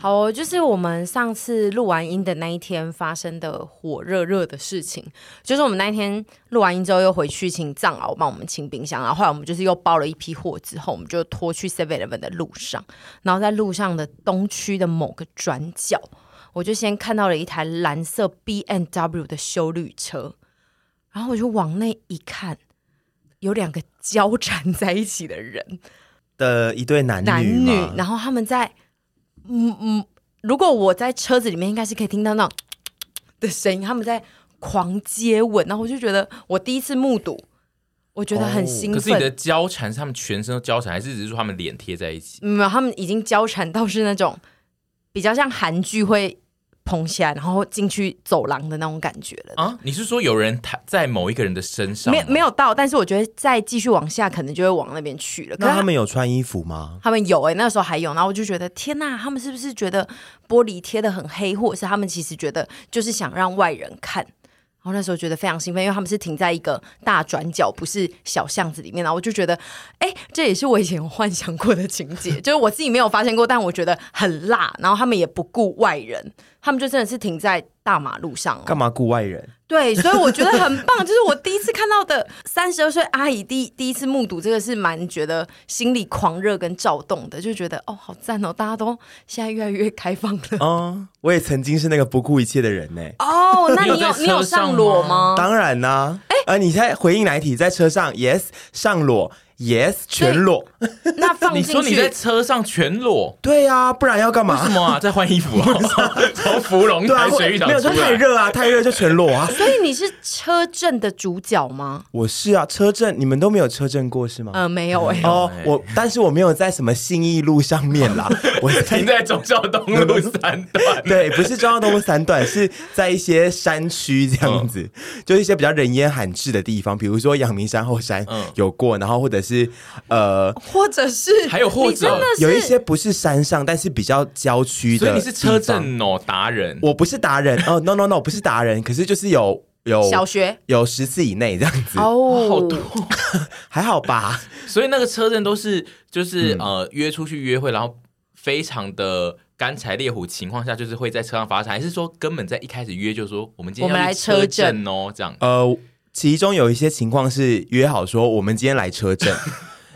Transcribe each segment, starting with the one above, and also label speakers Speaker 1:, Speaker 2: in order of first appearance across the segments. Speaker 1: 好哦、就是我们上次录完音的那一天发生的火热热的事情，就是我们那一天录完音之后又回去请藏獒帮我们清冰箱，然后后来我们就是又包了一批货之后，我们就拖去 Seven Eleven 的路上，然后在路上的东区的某个转角，我就先看到了一台蓝色 B N W 的修旅车，然后我就往内一看，有两个交缠在一起的人，
Speaker 2: 的一对男
Speaker 1: 男
Speaker 2: 女
Speaker 1: 女
Speaker 2: 嘛，，
Speaker 1: 然后他们在，嗯嗯，如果我在车子里面，应该是可以听到那种的声音，他们在狂接吻，然后我就觉得我第一次目睹，我觉得很
Speaker 2: 哦
Speaker 1: 兴
Speaker 3: 可是你的
Speaker 1: 奋。
Speaker 3: 交缠是他们全身都交缠，还是只是说他们脸贴在一起？
Speaker 1: 没有，他们已经交缠到是那种比较像韩剧会捧起来，然后进去走廊的那种感觉了。
Speaker 3: 啊，你是说有人他在某一个人的身上
Speaker 1: 没
Speaker 3: 吗？
Speaker 1: 有没有到，但是我觉得再继续往下，可能就会往那边去了。可
Speaker 2: 那
Speaker 1: 是
Speaker 2: 他们有穿衣服吗？
Speaker 1: 他们有哎、欸，那时候还有，然后我就觉得天呐，他们是不是觉得玻璃贴的很黑，或者是他们其实觉得就是想让外人看？然后那时候觉得非常兴奋，因为他们是停在一个大转角，不是小巷子里面。然后我就觉得，哎，这也是我以前幻想过的情节， 就是我自己没有发现过，但我觉得很辣。然后他们也不顾外人，他们就真的是停在大马路上、
Speaker 2: 干
Speaker 1: 哦。
Speaker 2: 嘛顾外人？
Speaker 1: 对，所以我觉得很棒， 就是我第一次看到的三十二岁阿姨第第一次目睹这个，是蛮觉得心里狂热跟躁动的，就觉得哦，好赞哦，大家都现在越来越开放了。
Speaker 2: 哦，我也曾经是那个不顾一切的人呢、
Speaker 1: 哦，那
Speaker 3: 你有
Speaker 1: 你有
Speaker 3: 在
Speaker 1: 你有
Speaker 3: 车上
Speaker 1: 上裸
Speaker 3: 吗
Speaker 1: 吗？
Speaker 2: 当然啦、呃，你现在回应哪一题？在车上，yes，上裸，yes，全裸。
Speaker 1: 那放
Speaker 3: 你
Speaker 1: 进
Speaker 3: 说你在
Speaker 1: 去，
Speaker 3: 车上全裸，
Speaker 2: 对啊，不然要干
Speaker 3: 为什
Speaker 2: 嘛？
Speaker 3: 么 啊？在换衣服哦， 从芙蓉
Speaker 2: 对啊，
Speaker 3: 台
Speaker 2: 或
Speaker 3: 水浴场
Speaker 2: 没有
Speaker 3: 出
Speaker 2: 就太
Speaker 3: 来。
Speaker 2: 热啊，太热就全裸啊。
Speaker 1: 所以你是车震的主角吗？
Speaker 2: 我是啊，车震，你们都没有车震过是吗？
Speaker 1: 呃，没有哎、
Speaker 2: 哦
Speaker 3: 哎，
Speaker 2: 我但是我没有在什么信义路上面啦，我在，
Speaker 3: 停在忠孝东路三段
Speaker 2: 对，不是中央东路三段，是在一些山区这样
Speaker 3: 嗯
Speaker 2: 子，就是一些比较人烟罕至的地方，比如说阳明山后山
Speaker 3: 嗯
Speaker 2: 有过，然后或者是呃。
Speaker 1: 或者是
Speaker 3: 还有或者
Speaker 1: 你真的是
Speaker 2: 有一些不是山上，但是比较郊区的。
Speaker 3: 所以你是车，震哦达人。
Speaker 2: 我不是达人哦、n o no no，不是达人，可是就是有有
Speaker 1: 小学
Speaker 2: 有十次以内这样子，
Speaker 1: 哦，
Speaker 3: 哦好多，
Speaker 2: 还好吧？
Speaker 3: 所以那个车震都是就是、
Speaker 1: 嗯
Speaker 3: 呃约出去约会，然后非常的干柴烈火情况下，就是会在车上发生，还是说根本在一开始约就说我们今
Speaker 1: 我
Speaker 3: 天
Speaker 1: 们
Speaker 3: 要
Speaker 1: 来
Speaker 3: 去
Speaker 1: 车
Speaker 3: 车
Speaker 1: 震
Speaker 3: 震哦这样？
Speaker 2: 呃，其中有一些情况是约好说我们今天来车 震，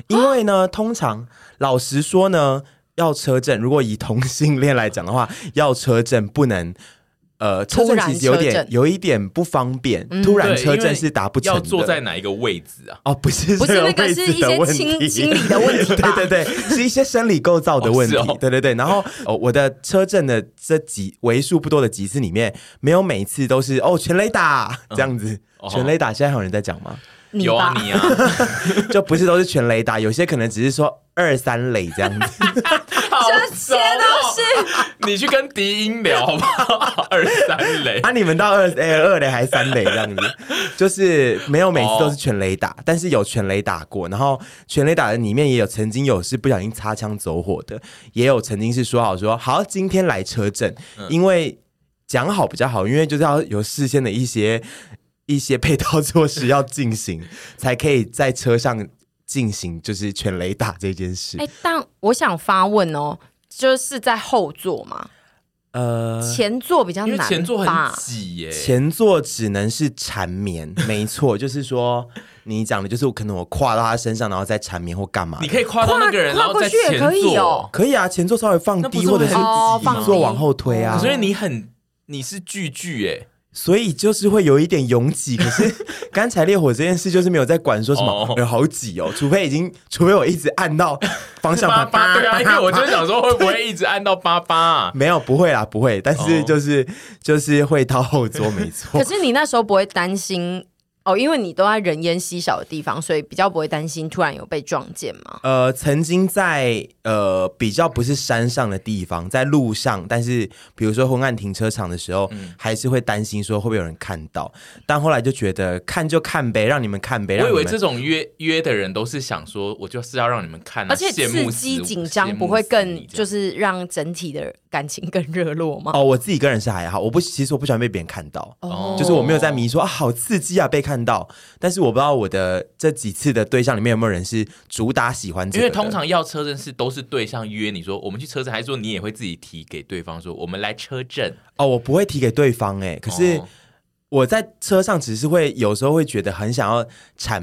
Speaker 2: 因为呢，通常老实说呢，要车震，如果以同性恋来讲的话，要车震不能。呃，车
Speaker 1: 突
Speaker 2: 震
Speaker 1: 然
Speaker 2: 其实有
Speaker 1: 车
Speaker 2: 点
Speaker 1: 震嗯
Speaker 2: 有一点不方便，突然
Speaker 3: 对
Speaker 2: 车
Speaker 3: 因为
Speaker 2: 震是达不成
Speaker 3: 要
Speaker 2: 的。
Speaker 3: 坐在哪一个位置啊？
Speaker 2: 哦，不是
Speaker 1: 不是
Speaker 2: 这
Speaker 1: 那个
Speaker 2: 位
Speaker 1: 是
Speaker 2: 置
Speaker 1: 一
Speaker 2: 的
Speaker 1: 些
Speaker 2: 问
Speaker 1: 心
Speaker 2: 题
Speaker 1: 心理的问题吧
Speaker 2: 对对对，是一些生理构造的问题。
Speaker 3: 哦是哦
Speaker 2: 对对对，然后哦，我的车震的这几为数不多的几次里面，没有每一次都是哦全雷打
Speaker 1: 嗯
Speaker 2: 这样子。
Speaker 3: 哦
Speaker 2: 全雷打现在还有人在讲吗？
Speaker 1: 你
Speaker 3: 有啊
Speaker 1: 吧，
Speaker 3: 你啊，
Speaker 2: 就不是都是全雷打，有些可能只是说二三雷这样子。
Speaker 3: 好
Speaker 1: 这些
Speaker 3: 熟
Speaker 1: 都
Speaker 3: 哦
Speaker 1: 是。
Speaker 3: 你去跟迪英聊好不好？二三雷
Speaker 2: 啊，你们到二哎二雷还三雷这样子，就是没有每次都是全雷打，但是有全雷打过，然后全雷打的里面也有曾经有是不小心擦枪走火的，也有曾经是说好说好今天来车震，因为讲好比较好，因为就是要有事先的一些一些配套措施要进行，才可以在车上进行就是全雷打这件事。
Speaker 1: 哎、但我想发问哦，就是在后座嘛，
Speaker 2: 呃，
Speaker 1: 前座比较
Speaker 3: 因为
Speaker 1: 难吧？
Speaker 3: 前座很挤耶、
Speaker 2: 前座只能是缠绵，没错，就是说你讲的就是可能我跨到他身上，然后再缠绵或干嘛的。
Speaker 3: 你可以跨到那个人，
Speaker 1: 跨
Speaker 3: 然后在前
Speaker 1: 跨过去也可以
Speaker 3: 座，
Speaker 1: 哦
Speaker 2: 可以啊，前座稍微放
Speaker 3: 那不
Speaker 2: 低，
Speaker 3: 是
Speaker 2: 或者
Speaker 3: 会
Speaker 2: 是
Speaker 3: 很
Speaker 1: 哦
Speaker 2: 椅
Speaker 1: 放低
Speaker 2: 座往后推啊
Speaker 1: 哦。
Speaker 3: 所以你很你是巨巨耶、
Speaker 2: 所以就是会有一点拥挤，可是干柴烈火这件事就是没有在管说什么
Speaker 3: 哦，
Speaker 2: 有好挤哦，除非已经，除非我一直按到方向
Speaker 3: 八
Speaker 2: 盘，
Speaker 3: 八对啊，因为我就想说会不会一直按到八八、 啊？
Speaker 2: 没有不会啦，不会，但是
Speaker 3: 哦
Speaker 2: 就是就是会到后座，没
Speaker 1: 可
Speaker 2: 错。
Speaker 1: 是你那时候不会担心哦，因为你都在人烟稀少的地方，所以比较不会担心突然有被撞见嘛。
Speaker 2: 呃，曾经在呃比较不是山上的地方，在路上，但是比如说昏暗停车场的时候，
Speaker 3: 嗯
Speaker 2: 还是会担心说会不会有人看到。但后来就觉得看就看呗，让你们看呗。
Speaker 3: 我
Speaker 2: 让
Speaker 3: 以
Speaker 2: 你
Speaker 3: 为
Speaker 2: 们
Speaker 3: 这种约约的人都是想说，我就是要让你们看、啊，
Speaker 1: 而且
Speaker 3: 羡慕
Speaker 1: 刺
Speaker 3: 死
Speaker 1: 激
Speaker 3: 我
Speaker 1: 紧
Speaker 3: 羡
Speaker 1: 张
Speaker 3: 慕
Speaker 1: 不会
Speaker 3: 死
Speaker 1: 更
Speaker 3: 你
Speaker 1: 就
Speaker 3: 这样
Speaker 1: 是让整体的感情更热络吗？
Speaker 2: 哦，我自己个人是还好，我不其实我不喜欢被别人看到，
Speaker 3: 哦
Speaker 2: 就是我没有在迷说啊好刺激啊被看到，但是我不知道我的这几次的对象里面有没有人是主打喜欢这
Speaker 3: 因
Speaker 2: 个的，
Speaker 3: 为通常要车震是都是对象约你说我们去车震，还是说你也会自己提给对方说我们来车震？
Speaker 2: 哦，我不会提给对方哎、可是。
Speaker 3: 哦
Speaker 2: 我在车上只是会有时候会觉得很想要 缠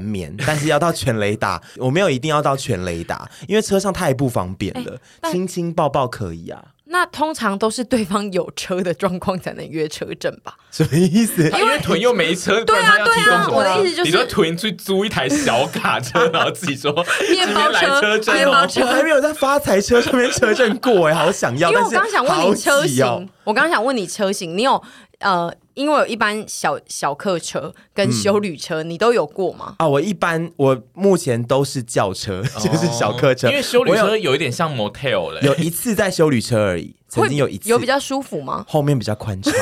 Speaker 2: 绵，但是要到全雷达，我没有一定要到全雷达，因为车上太不方便了，
Speaker 1: 哎但
Speaker 2: 亲亲抱抱可以啊，
Speaker 1: 那通常都是对方有车的状况才能约车证吧？
Speaker 2: 什么意思
Speaker 3: 他？因为屯又没车，不然他要提供
Speaker 1: 对啊
Speaker 3: 什么？
Speaker 1: 对啊我的意思就是
Speaker 3: 你说屯去租一台小卡 车，然后自己说
Speaker 1: 面包
Speaker 3: 今天来
Speaker 1: 车
Speaker 3: 车震哦
Speaker 1: 面包车
Speaker 2: 我还没有在发财车上面车震过哎、好想要，
Speaker 1: 因为
Speaker 2: 但
Speaker 1: 我
Speaker 2: 是
Speaker 1: 刚想问
Speaker 2: 好
Speaker 1: 你车
Speaker 2: 挤
Speaker 1: 型，
Speaker 2: 哦
Speaker 1: 我刚想问你车型，你有呃，因为有一般小小客车跟修旅车，你都有过吗？
Speaker 2: 啊，我一般我目前都是轿车， 就是小客车，
Speaker 3: 哦因为修理
Speaker 2: 我
Speaker 3: 车
Speaker 2: 有
Speaker 3: 有一点像 motel 嘞，
Speaker 2: 有一次在修旅车而已，曾经有一次
Speaker 1: 有比较舒服吗？
Speaker 2: 后面比较宽敞，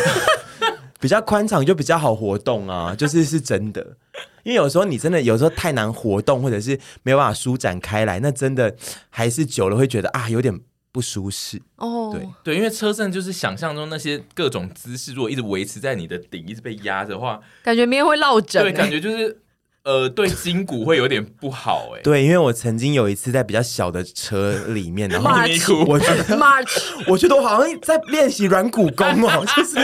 Speaker 2: 比较宽敞就比较好活动啊，就是是真的。因为有时候你真的有时候太难活动，或者是没有办法舒展开来，那真的还是久了会觉得啊有点不舒适。
Speaker 1: 哦，
Speaker 2: 对
Speaker 3: 对，因为车震就是想象中那些各种姿势，如果一直维持在你的顶，一直被压着的话，
Speaker 1: 感觉明天会落枕、
Speaker 3: 对，
Speaker 1: 欸。
Speaker 3: 感觉就是呃，对筋骨会有点不好哎、
Speaker 2: 对，因为我曾经有一次在比较小的车里面，然后
Speaker 1: 哇
Speaker 3: 欸。你哭，
Speaker 2: 我觉 得
Speaker 1: March，
Speaker 2: 我觉得我好像在练习软骨功哦， 就是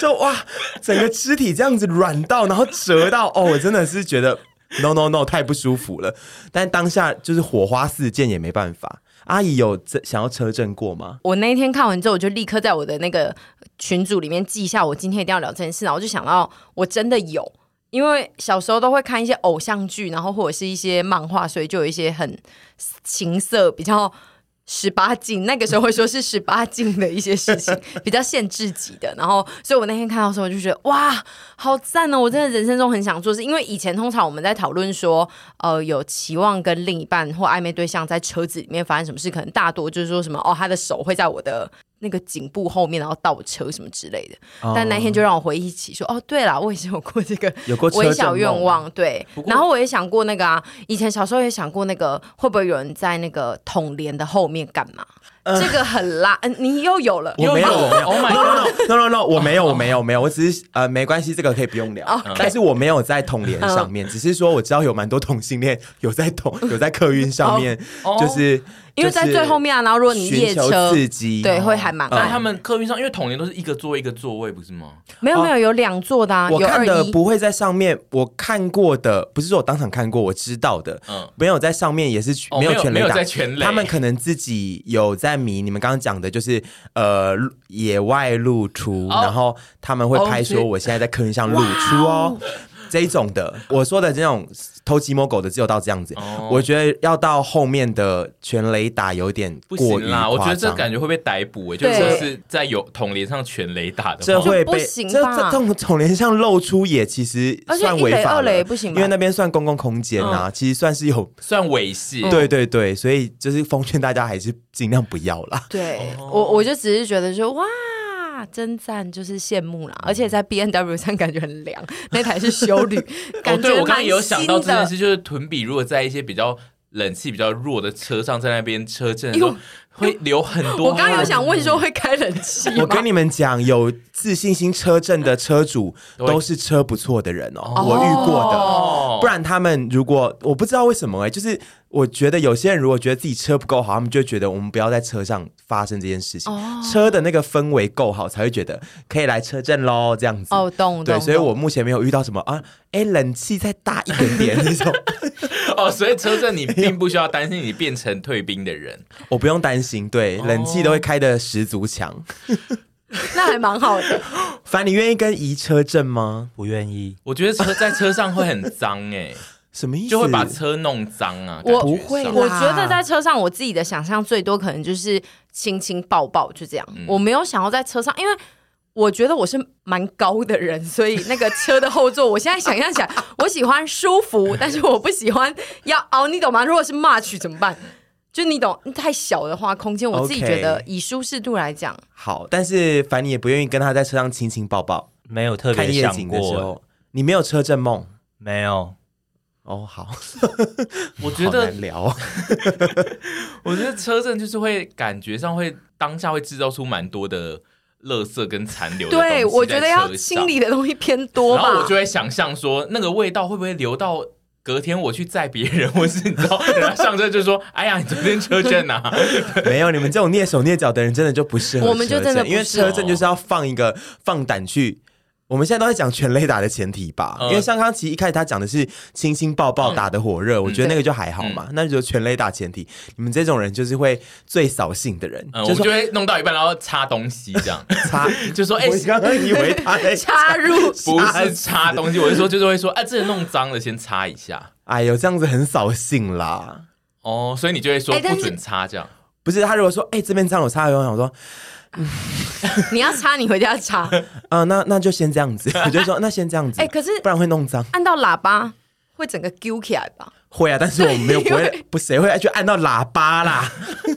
Speaker 2: 就哇，整个肢体这样子软到，然后折到，哦，我真的是觉得 no no no 太不舒服了。但当下就是火花四溅也没办法。阿姨有这想要车震过吗？
Speaker 1: 我那一天看完之后，我就立刻在我的那个群组里面记一下，我今天一定要聊这件事。然后我就想到，我真的有，因为小时候都会看一些偶像剧，然后或者是一些漫画，所以就有一些很情色比较。十八禁，那个时候会说是十八禁的一些事情，比较限制级的。然后，所以我那天看到的时候，我就觉得哇，好赞哦！我真的人生中很想做的事，因为以前通常我们在讨论说，呃，有期望跟另一半或暧昧对象在车子里面发生什么事，可能大多就是说什么哦，他的手会在我的那个颈部后面，然后倒车什么之类的。但那天就让我回忆起说，哦，对啦，我以前有过这个
Speaker 2: 有过车
Speaker 1: 微
Speaker 2: 震
Speaker 1: 小
Speaker 2: 梦啊
Speaker 1: 愿望，对
Speaker 3: 不。过
Speaker 1: 然后我也想过那个啊，以前小时候也想过那个，会不会有人在那个桶帘的后面干嘛？这个很辣，嗯、你又有了。
Speaker 2: 呃我没有，我没有
Speaker 3: Oh my
Speaker 2: no no no no no，我没有，我没有，没有，我只是呃，没关系，这个可以不用聊。
Speaker 1: 哦
Speaker 2: 但是我没有在统联上面，只是说我知道有蛮多同性恋有在统有在客运上面，就是
Speaker 1: 哦因为在最后面啊，然后如果你夜
Speaker 2: 寻求哦
Speaker 1: 车，
Speaker 2: 刺激，
Speaker 1: 对，会还蛮
Speaker 3: 那
Speaker 1: 爱。
Speaker 3: 啊他们客运上，因为统联都是一个座位一个座位，不是吗？
Speaker 1: 没有没有有两座的、啊，
Speaker 2: 哦我
Speaker 1: 有
Speaker 2: 看
Speaker 1: 二
Speaker 2: 的
Speaker 1: 一。
Speaker 2: 不会在上面，我看过的不是说我当场看过，我知道的，
Speaker 3: 嗯
Speaker 2: 没有在上面也是
Speaker 3: 哦
Speaker 2: 有全雷
Speaker 3: 没有
Speaker 2: 打，
Speaker 3: 在全雷
Speaker 2: 他们可能自己有在迷你们刚刚讲的，就是呃野外露出，
Speaker 3: 哦
Speaker 2: 然后他们会
Speaker 3: 哦
Speaker 2: 拍说
Speaker 3: 是
Speaker 2: 我现在在客运上露出哦。这一种的，我说的这种偷鸡摸狗的，只有到这样子。
Speaker 3: 哦
Speaker 2: 我觉得要到后面的全雷打有点
Speaker 3: 不
Speaker 2: 过于
Speaker 3: 行啦，我觉
Speaker 2: 夸
Speaker 3: 得这
Speaker 2: 张，
Speaker 3: 感觉会被逮捕哎、就
Speaker 1: 对
Speaker 3: 是说是在有统联上全雷打的
Speaker 2: 这
Speaker 3: 话，
Speaker 2: 会
Speaker 1: 就不
Speaker 2: 被
Speaker 1: 行
Speaker 2: 这
Speaker 1: 吧
Speaker 2: 这从从连上露出也其实
Speaker 1: 而且
Speaker 2: 算
Speaker 1: 一
Speaker 2: 违
Speaker 1: 垒
Speaker 2: 法
Speaker 1: 二
Speaker 2: 了
Speaker 1: 垒也不行吧嗯
Speaker 2: 因为那边算公共空间啊，其实算是有。
Speaker 3: 算猥亵。哦
Speaker 2: 对对对，所以就是奉劝大家还是尽量不要 啦。
Speaker 1: 对、
Speaker 2: 哦
Speaker 1: 我，我就只是觉得说哇。真赞，就是羡慕
Speaker 2: 嗯
Speaker 1: 啦，而且在 B N W 上感觉很凉，那台是修 旅，
Speaker 3: 哦，
Speaker 1: 感觉
Speaker 3: 对，我刚刚
Speaker 1: 蛮
Speaker 3: 也有想到这
Speaker 1: 新的
Speaker 3: 件事，就是屯比如果在一些比较冷气比较弱的车上，在那边车震的时
Speaker 1: 哎
Speaker 3: 候
Speaker 1: 呦，
Speaker 3: 会流很多。
Speaker 1: 我刚刚有想，问说会开冷气吗？
Speaker 2: 哦我跟你们讲，有自信心车震的车主
Speaker 3: 对
Speaker 2: 都是车不错的人哦，
Speaker 1: 哦
Speaker 2: 我遇过的。
Speaker 3: 哦
Speaker 2: 不然他们如果我不知道为什么哎、就是我觉得有些人如果觉得自己车不够好，他们就会觉得我们不要在车上发生这件事情，
Speaker 1: 哦
Speaker 2: 车的那个氛围够好，才会觉得可以来车震喽这样子。
Speaker 1: 哦，懂
Speaker 2: 对，
Speaker 1: 懂，
Speaker 2: 所以
Speaker 1: 懂
Speaker 2: 我目前没有遇到什么啊，哎，冷气再大一点 点那种，
Speaker 3: 哦，所以车震你并不需要担心你变成退兵的人。
Speaker 2: 我不用担心，对，
Speaker 3: 哦
Speaker 2: 冷气都会开的十足强。
Speaker 1: 那还蛮好的，
Speaker 2: 凡，你愿意跟移车震吗？
Speaker 4: 不愿意。
Speaker 3: 我觉得车在车上会很脏 哎、
Speaker 2: 什么意思？
Speaker 3: 就会把车弄脏啊。
Speaker 1: 我
Speaker 3: 感觉上
Speaker 2: 不会啦
Speaker 1: 我觉得在车上，我自己的想象最多可能就是亲亲抱抱，就这样。
Speaker 3: 嗯
Speaker 1: 我没有想要在车上，因为我觉得我是蛮高的人，所以那个车的后座，我现在想象起来，我喜欢舒服，但是我不喜欢要凹，你懂吗？如果是 much 怎么 办？就你懂，太小的话，空间我自己
Speaker 2: OK
Speaker 1: 觉得以舒适度来讲，
Speaker 2: 好，但是凡，你也不愿意跟他在车上亲亲抱抱，
Speaker 4: 没有特
Speaker 2: 看
Speaker 4: 别
Speaker 2: 夜
Speaker 4: 想
Speaker 2: 景的时
Speaker 4: 过，
Speaker 2: 候，你没有车震梦。
Speaker 4: 没有。
Speaker 2: 哦，好，
Speaker 3: 我觉
Speaker 2: 好
Speaker 3: 得
Speaker 2: 难，聊哦，
Speaker 3: 我觉得车震就是会感觉上会当下会制造出蛮多的垃圾跟残留的东西
Speaker 1: 对，我觉得
Speaker 3: 在
Speaker 1: 要
Speaker 3: 车
Speaker 1: 清
Speaker 3: 上
Speaker 1: 理的东西偏多
Speaker 3: 然后我
Speaker 1: 吧
Speaker 3: 就。会想象说，那个味道会不会流到隔天我去载别人，或是你 知道，人家上车就说：“哎呀，你昨天车震啊
Speaker 2: 没有，你们这种蹑手蹑脚的人真的就不适合车震。
Speaker 1: 我们就真的不
Speaker 2: 因为
Speaker 1: 适合
Speaker 2: 车震就是要放一个放胆去。我们现在都在讲全雷打的前提吧，
Speaker 3: 嗯
Speaker 2: 因为像刚刚其实一开始他讲的是亲亲抱
Speaker 1: 嗯
Speaker 2: 抱打的火热，我觉得那个就还好嘛，那就全雷打前提。你们这种人就是会最扫兴的人，！”
Speaker 3: 嗯，
Speaker 2: 就
Speaker 3: 我们
Speaker 2: 是
Speaker 3: 就会弄到一半，然后擦东西这样，
Speaker 2: 擦，
Speaker 3: 就说：“哎、
Speaker 2: 我刚刚以为他 在
Speaker 1: 插入
Speaker 3: 不是擦东西，我是说就是会说，哎、这个弄脏了，先擦一下。”
Speaker 2: 哎呦这样子很扫兴啦。
Speaker 3: 哦，所以你就会说
Speaker 1: 哎但
Speaker 3: 不
Speaker 1: 是
Speaker 3: 准擦这样。
Speaker 2: 不是他如果说哎、这边脏了我擦油，我想说
Speaker 1: 你要插，你回家插。
Speaker 2: 啊、那那就先这样子， 我就说那先这样子，
Speaker 1: 哎、可是
Speaker 2: 不然会弄脏。
Speaker 1: 按到喇叭会整个揪起来吧？
Speaker 2: 会啊，但是我们没有不会，不谁会去按到喇叭啦？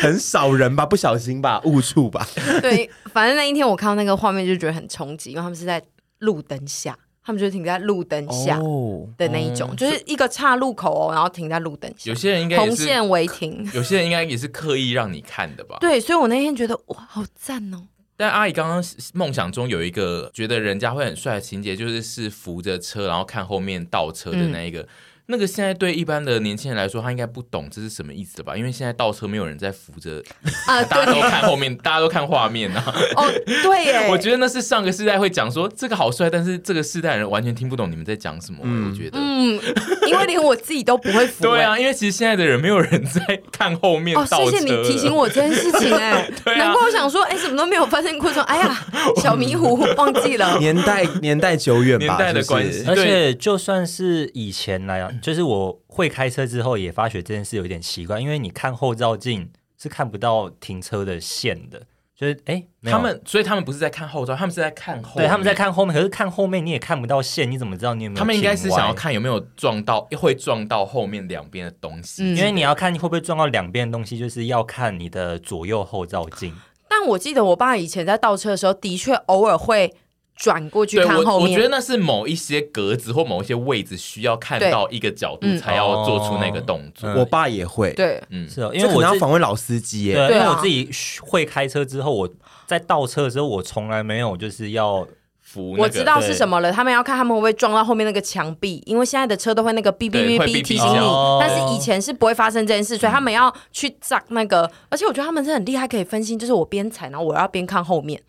Speaker 2: 很少人吧，不小心吧，误触吧。
Speaker 1: 对，反正那一天我看到那个画面就觉得很冲击，因为他们是在路灯下，他们就停在路灯下
Speaker 2: 哦，
Speaker 1: 的那一种，就是一个岔路口哦，然后停在路灯下
Speaker 3: 嗯有，些人应该也
Speaker 1: 红
Speaker 3: 是，
Speaker 1: 线违停。
Speaker 3: 有些人应该也是刻意让你看的吧？
Speaker 1: 对，所以我那天觉得哇，好赞哦！
Speaker 3: 但阿姨刚刚梦想中有一个觉得人家会很帅的情节，就是是扶着车，然后看后面倒车
Speaker 1: 嗯
Speaker 3: 的那一个。那个现在对一般的年轻人来说，他应该不懂这是什么意思的吧？因为现在倒车没有人在扶着，
Speaker 1: 啊，
Speaker 3: 大家
Speaker 1: 对
Speaker 3: 都看后面， 大家都看画面啊。
Speaker 1: 哦，对耶，
Speaker 3: 我觉得那是上个世代会讲说这个好帅，但是这个世代人完全听不懂你们在讲什么。我觉得，
Speaker 1: 嗯，因为连我自己都不会扶、
Speaker 3: 对
Speaker 1: 哎。
Speaker 3: 啊，因为其实现在的人没有人在看后面
Speaker 1: 哦，
Speaker 3: 倒车。
Speaker 1: 谢谢你提醒我这件事情哎、
Speaker 3: 对啊
Speaker 1: 难怪我想说哎、怎么都没有发生过说哎呀小迷糊忘记了，
Speaker 2: 年代年代久远吧，
Speaker 3: 年代的
Speaker 2: 是不是
Speaker 3: 关系
Speaker 4: 而且就算是以 前来讲，就是我会开车之后也发觉这件事有点奇怪，因为你看后照镜是看不到停车的线的，就是哎，诶没有
Speaker 3: 他们，所以他们不是在看后照，啊他们是在看后面。
Speaker 4: 对他们在看后面，可是看后面你也看不到线，你怎么知道你有没有？
Speaker 3: 他们应该是想要，看有没有撞到，会撞到后面两边的东西。
Speaker 1: 嗯
Speaker 4: 因为你要看会不会撞到两边的东西，就是要看你的左右后照镜。
Speaker 3: 嗯
Speaker 1: 但我记得我爸以前在倒车的时候，的确偶尔会转过去
Speaker 3: 对
Speaker 1: 看
Speaker 3: 我，
Speaker 1: 后
Speaker 3: 我觉得
Speaker 1: 面。
Speaker 3: 那是某一些格子或某一些位置需要看到一个角度
Speaker 1: 嗯
Speaker 3: 才要做出那个动作。
Speaker 2: 嗯
Speaker 4: 哦
Speaker 2: 我爸也会，，
Speaker 1: 对，
Speaker 3: 嗯，
Speaker 4: 是哦，因
Speaker 2: 因为
Speaker 4: 为
Speaker 2: 我
Speaker 4: 我
Speaker 2: 要
Speaker 4: 自
Speaker 2: 访问老司机耶、
Speaker 4: 对，因
Speaker 1: 对
Speaker 4: 为
Speaker 1: 啊
Speaker 4: 我自己会开车之后，我在倒车的时候，我从来没有就是要
Speaker 3: 扶那个
Speaker 1: 我知道是什么了。他们要看他们会不会撞到后面那个墙壁，因为现在的车都会那个哔
Speaker 3: 对
Speaker 1: 哔
Speaker 3: 会
Speaker 1: 哔
Speaker 3: 哔哔嗯
Speaker 1: 哔提醒你
Speaker 4: 哦。
Speaker 1: 但是以前是不会发生这件事，所以他们要去炸那个。而且我觉得他们是很厉害，可以分心，就是我边踩，然后我要边看后面。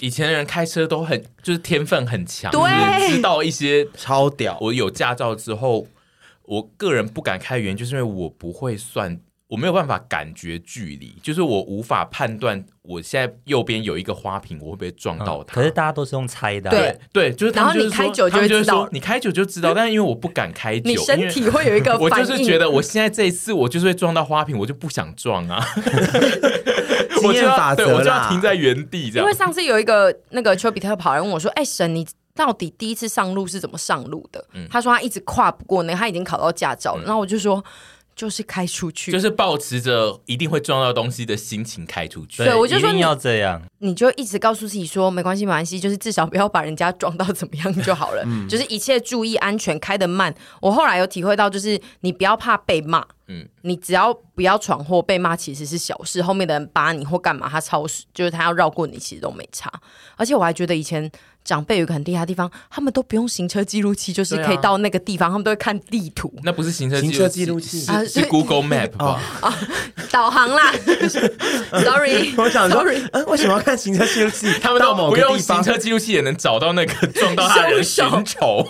Speaker 3: 以前的人开车都很就是天分很强，
Speaker 1: 对
Speaker 3: 就是知道一些。
Speaker 2: 超屌。
Speaker 3: 我有驾照之后，我个人不敢开的原因就是因为我不会算。我没有办法感觉距离，就是我无法判断我现在右边有一个花瓶，我会不会撞到它。
Speaker 4: 嗯哦可是大家都是用猜的啊、
Speaker 1: 对
Speaker 3: 对，就是他们
Speaker 1: 然后
Speaker 3: 就
Speaker 1: 你
Speaker 3: 是说
Speaker 1: 开酒就
Speaker 3: 他
Speaker 1: 会
Speaker 3: 们就会
Speaker 1: 知道嗯
Speaker 3: 说你开酒就知道，但是因为我不敢开酒，
Speaker 1: 你
Speaker 3: 因
Speaker 1: 身
Speaker 3: 为
Speaker 1: 体会有一个
Speaker 3: 我
Speaker 1: 反
Speaker 3: 就
Speaker 1: 应。
Speaker 3: 是觉得我现在这一次我就是会撞到花瓶，我就不想撞啊，我就
Speaker 2: 经验
Speaker 3: 要
Speaker 2: 法
Speaker 3: 对
Speaker 2: 则
Speaker 3: 我就
Speaker 2: 啦
Speaker 3: 要停在原地这
Speaker 1: 因
Speaker 3: 样
Speaker 1: 为。上次有一个那个丘比特跑来问我说：“哎、神，你到底第一次上路是怎么上路的？”
Speaker 3: 嗯
Speaker 1: 他说他一直跨不过那个，他已经考到驾照了。然后我就说：“就是开出去，
Speaker 3: 就是抱持着一定会撞到东西的心情开出去
Speaker 1: 对，我就说
Speaker 4: 一定
Speaker 1: 你
Speaker 4: 要这样。
Speaker 1: 你就一直告诉自己说没关系，没关系，就是至少不要把人家撞到怎么样就好了。就是一切注意安全，开得慢。我后来有体会到，就是你不要怕被骂，
Speaker 3: 嗯
Speaker 1: 嗯，你只要不要闯祸，被骂其实是小事。后面的人扒你或干嘛，他超时就是他要绕过你，其实都没差。而且我还觉得以前。长辈有一个很厉害的地方，他们都不用行车记录器，就是
Speaker 3: 对啊
Speaker 1: 可以到那个地方，他们都会看地图、
Speaker 3: 那不是行车
Speaker 2: 行车记录器哦
Speaker 3: 是
Speaker 1: 啊
Speaker 3: 是是
Speaker 1: 对
Speaker 3: Google Map 吧？
Speaker 1: 导航啦。Sorry，
Speaker 2: 我想说
Speaker 1: Sorry，
Speaker 2: 嗯，为什么要看行车记录器？
Speaker 3: 他们
Speaker 2: 到
Speaker 3: 都
Speaker 2: 某
Speaker 3: 不
Speaker 2: 个
Speaker 3: 用
Speaker 2: 地
Speaker 3: 行
Speaker 2: 方，
Speaker 3: 车记录器也能找到那个 撞到他的人寻
Speaker 1: 凶手
Speaker 3: 仇，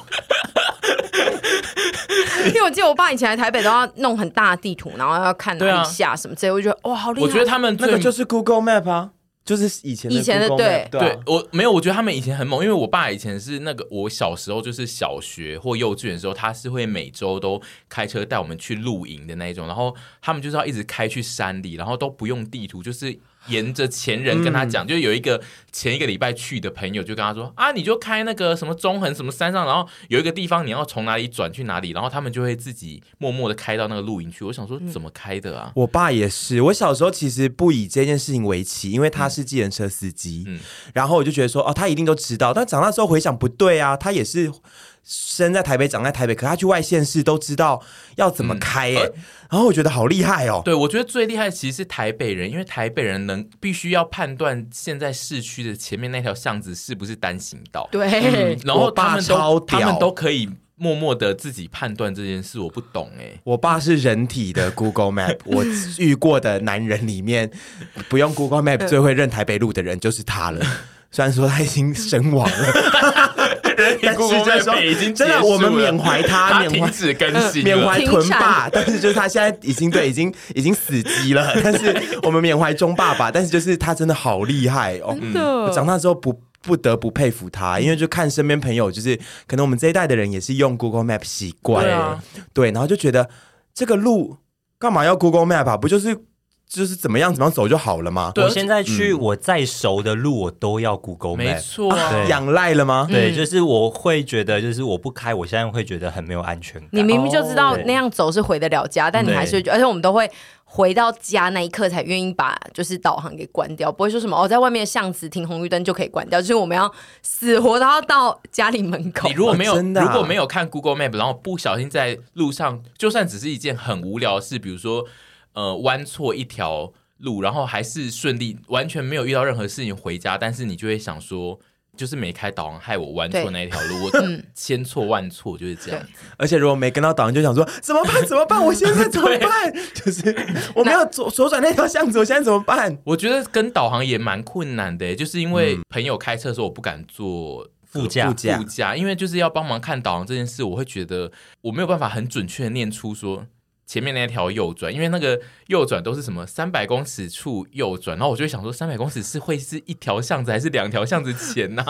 Speaker 1: 因为我记得我爸以前来台北都要弄很大的地图，然后要看
Speaker 3: 对啊
Speaker 1: 哪里下什么之类，我就觉得哇，好厉害！
Speaker 3: 我觉得他们
Speaker 2: 那
Speaker 3: 最
Speaker 2: 个就是 Google Map 啊，就是以前的
Speaker 1: 以前的
Speaker 2: Google Map，
Speaker 1: 对
Speaker 2: 啊
Speaker 3: 对我没有，我觉得他们以前很猛，因为我爸以前是那个我小时候就是小学或幼稚园的时候，他是会每周都开车带我们去露营的那一种，然后他们就是要一直开去山里，然后都不用地图，就是沿着前人跟他讲，就有一个前一个礼拜去的朋友就跟他说啊，你就开那个什么中横什么山上，然后有一个地方你要从哪里转去哪里，然后他们就会自己默默的开到那个露营去。我想说怎么开的啊？
Speaker 2: 我爸也是，我小时候其实不以这件事情为奇，因为他是计程车司机，
Speaker 3: 嗯嗯嗯
Speaker 2: 然后我就觉得说，哦，他一定都知道。但长大之后回想，不对啊，他也是生在台北，长在台北，可他去外县市都知道要怎么开耶、然后我觉得好厉害哦。
Speaker 3: 嗯对，我觉得最厉害其实是台北人，因为台北人能必须要判断现在市区的前面那条巷子是不是单行道，嗯
Speaker 1: 对，
Speaker 3: 然后
Speaker 2: 我爸
Speaker 3: 他们都
Speaker 2: 超
Speaker 3: 他
Speaker 2: 屌
Speaker 3: 们都可以默默的自己判断这件事，我不懂哎、
Speaker 2: 我爸是人体的 Google Map，我遇过的男人里面，不用 Google Map 最会认台北路的人就是他 了。虽然说他已经身亡了， 但是
Speaker 3: Google
Speaker 2: 就是
Speaker 3: Map
Speaker 2: 说
Speaker 3: 已经
Speaker 2: 真
Speaker 3: 结
Speaker 2: 的，
Speaker 3: 束
Speaker 2: 我们
Speaker 3: 了
Speaker 2: 缅怀 他，缅
Speaker 3: 停
Speaker 2: 怀
Speaker 3: 止更新
Speaker 2: 缅
Speaker 3: 了。
Speaker 2: 怀
Speaker 1: 停
Speaker 2: 屯
Speaker 1: 产
Speaker 2: 爸，但是就是他现在已经对已经已经死机了，但是我们缅怀钟爸爸，但是就是他真的好厉害
Speaker 3: 嗯
Speaker 2: 哦，
Speaker 1: 真的
Speaker 2: 我长大之后不。不得不佩服他，因为就看身边朋友，就是可能我们这一代的人也是用 Google Map 习惯，
Speaker 3: 对啊
Speaker 2: 对然后就觉得这个路干嘛要 Google Map 啊？不就是就是怎么样怎么样走就好了吗？
Speaker 3: 对
Speaker 4: 我现在去
Speaker 2: 嗯
Speaker 4: 我再熟的路，我都要 Google
Speaker 3: 没
Speaker 4: Map。
Speaker 3: 错啊，
Speaker 4: 对
Speaker 2: 仰赖了吗？
Speaker 4: 对，就是我会觉得，就是我不开，我现在会觉得很没有安全感。
Speaker 1: 你明明就知道
Speaker 3: 哦
Speaker 4: 对
Speaker 1: 那样走是回得了家，但你还是会觉得，而且我们都会回到家那一刻才愿意把就是导航给关掉，不会说什么哦，在外面的巷子停红绿灯就可以关掉，就是我们要死活都要到家里门口
Speaker 3: 你。如果没有、
Speaker 2: 真的啊
Speaker 3: 如果没有看 Google Map，然后不小心在路上，就算只是一件很无聊的事，比如说呃弯错一条路，然后还是顺利，完全没有遇到任何事情回家，但是你就会想说。就是没开导航，害我弯错
Speaker 1: 对嗯
Speaker 3: 那一条路，我千错万错就是这样。
Speaker 2: 而且如果没跟到导航，就想说怎么办？怎么办？我现在怎么 办？就是我们要左左转那条巷子，我现在怎么办？
Speaker 3: 我觉得跟导航也蛮困难的，欸就是因为朋友开车的时候，我不敢坐
Speaker 4: 嗯副驾
Speaker 3: 副驾，因为就是要帮忙看导航这件事，我会觉得我没有办法很准确的念出说前面那条右转，因为那个右转都是什么三百公尺处右转，然后我就会想说三百公尺是会是一条巷子还是两条巷子前 呐、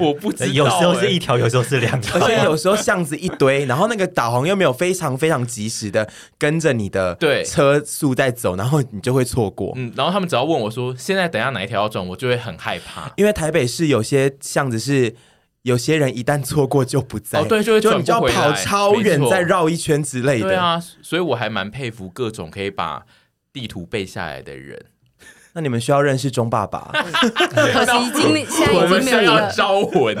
Speaker 3: 我不知道、
Speaker 4: 有时候是一
Speaker 3: 哎
Speaker 4: 条，有时候是两条
Speaker 2: 欸 而。 且有时候巷子一堆，然后那个导航又没有非常非常及时的跟着你的
Speaker 3: 对
Speaker 2: 车速在走，然后你就会错过。
Speaker 3: 嗯，然后他们只要问我说现在等一下哪一条要转，我就会很害怕。
Speaker 2: 因为台北市有些巷子是。有些人一旦错过就不在，
Speaker 3: 哦对就会
Speaker 2: 就你就
Speaker 3: 转
Speaker 2: 要
Speaker 3: 不回来
Speaker 2: 跑超远
Speaker 3: 没，错
Speaker 2: 再绕一圈之类的。
Speaker 3: 对啊，所以我还蛮佩服各种可以把地图背下来的人。
Speaker 2: 那你们需要认识钟爸 爸，
Speaker 1: 可惜已经现在
Speaker 3: 我
Speaker 1: 已
Speaker 3: 们
Speaker 1: 经没有
Speaker 3: 是要
Speaker 1: 了。
Speaker 3: 招魂，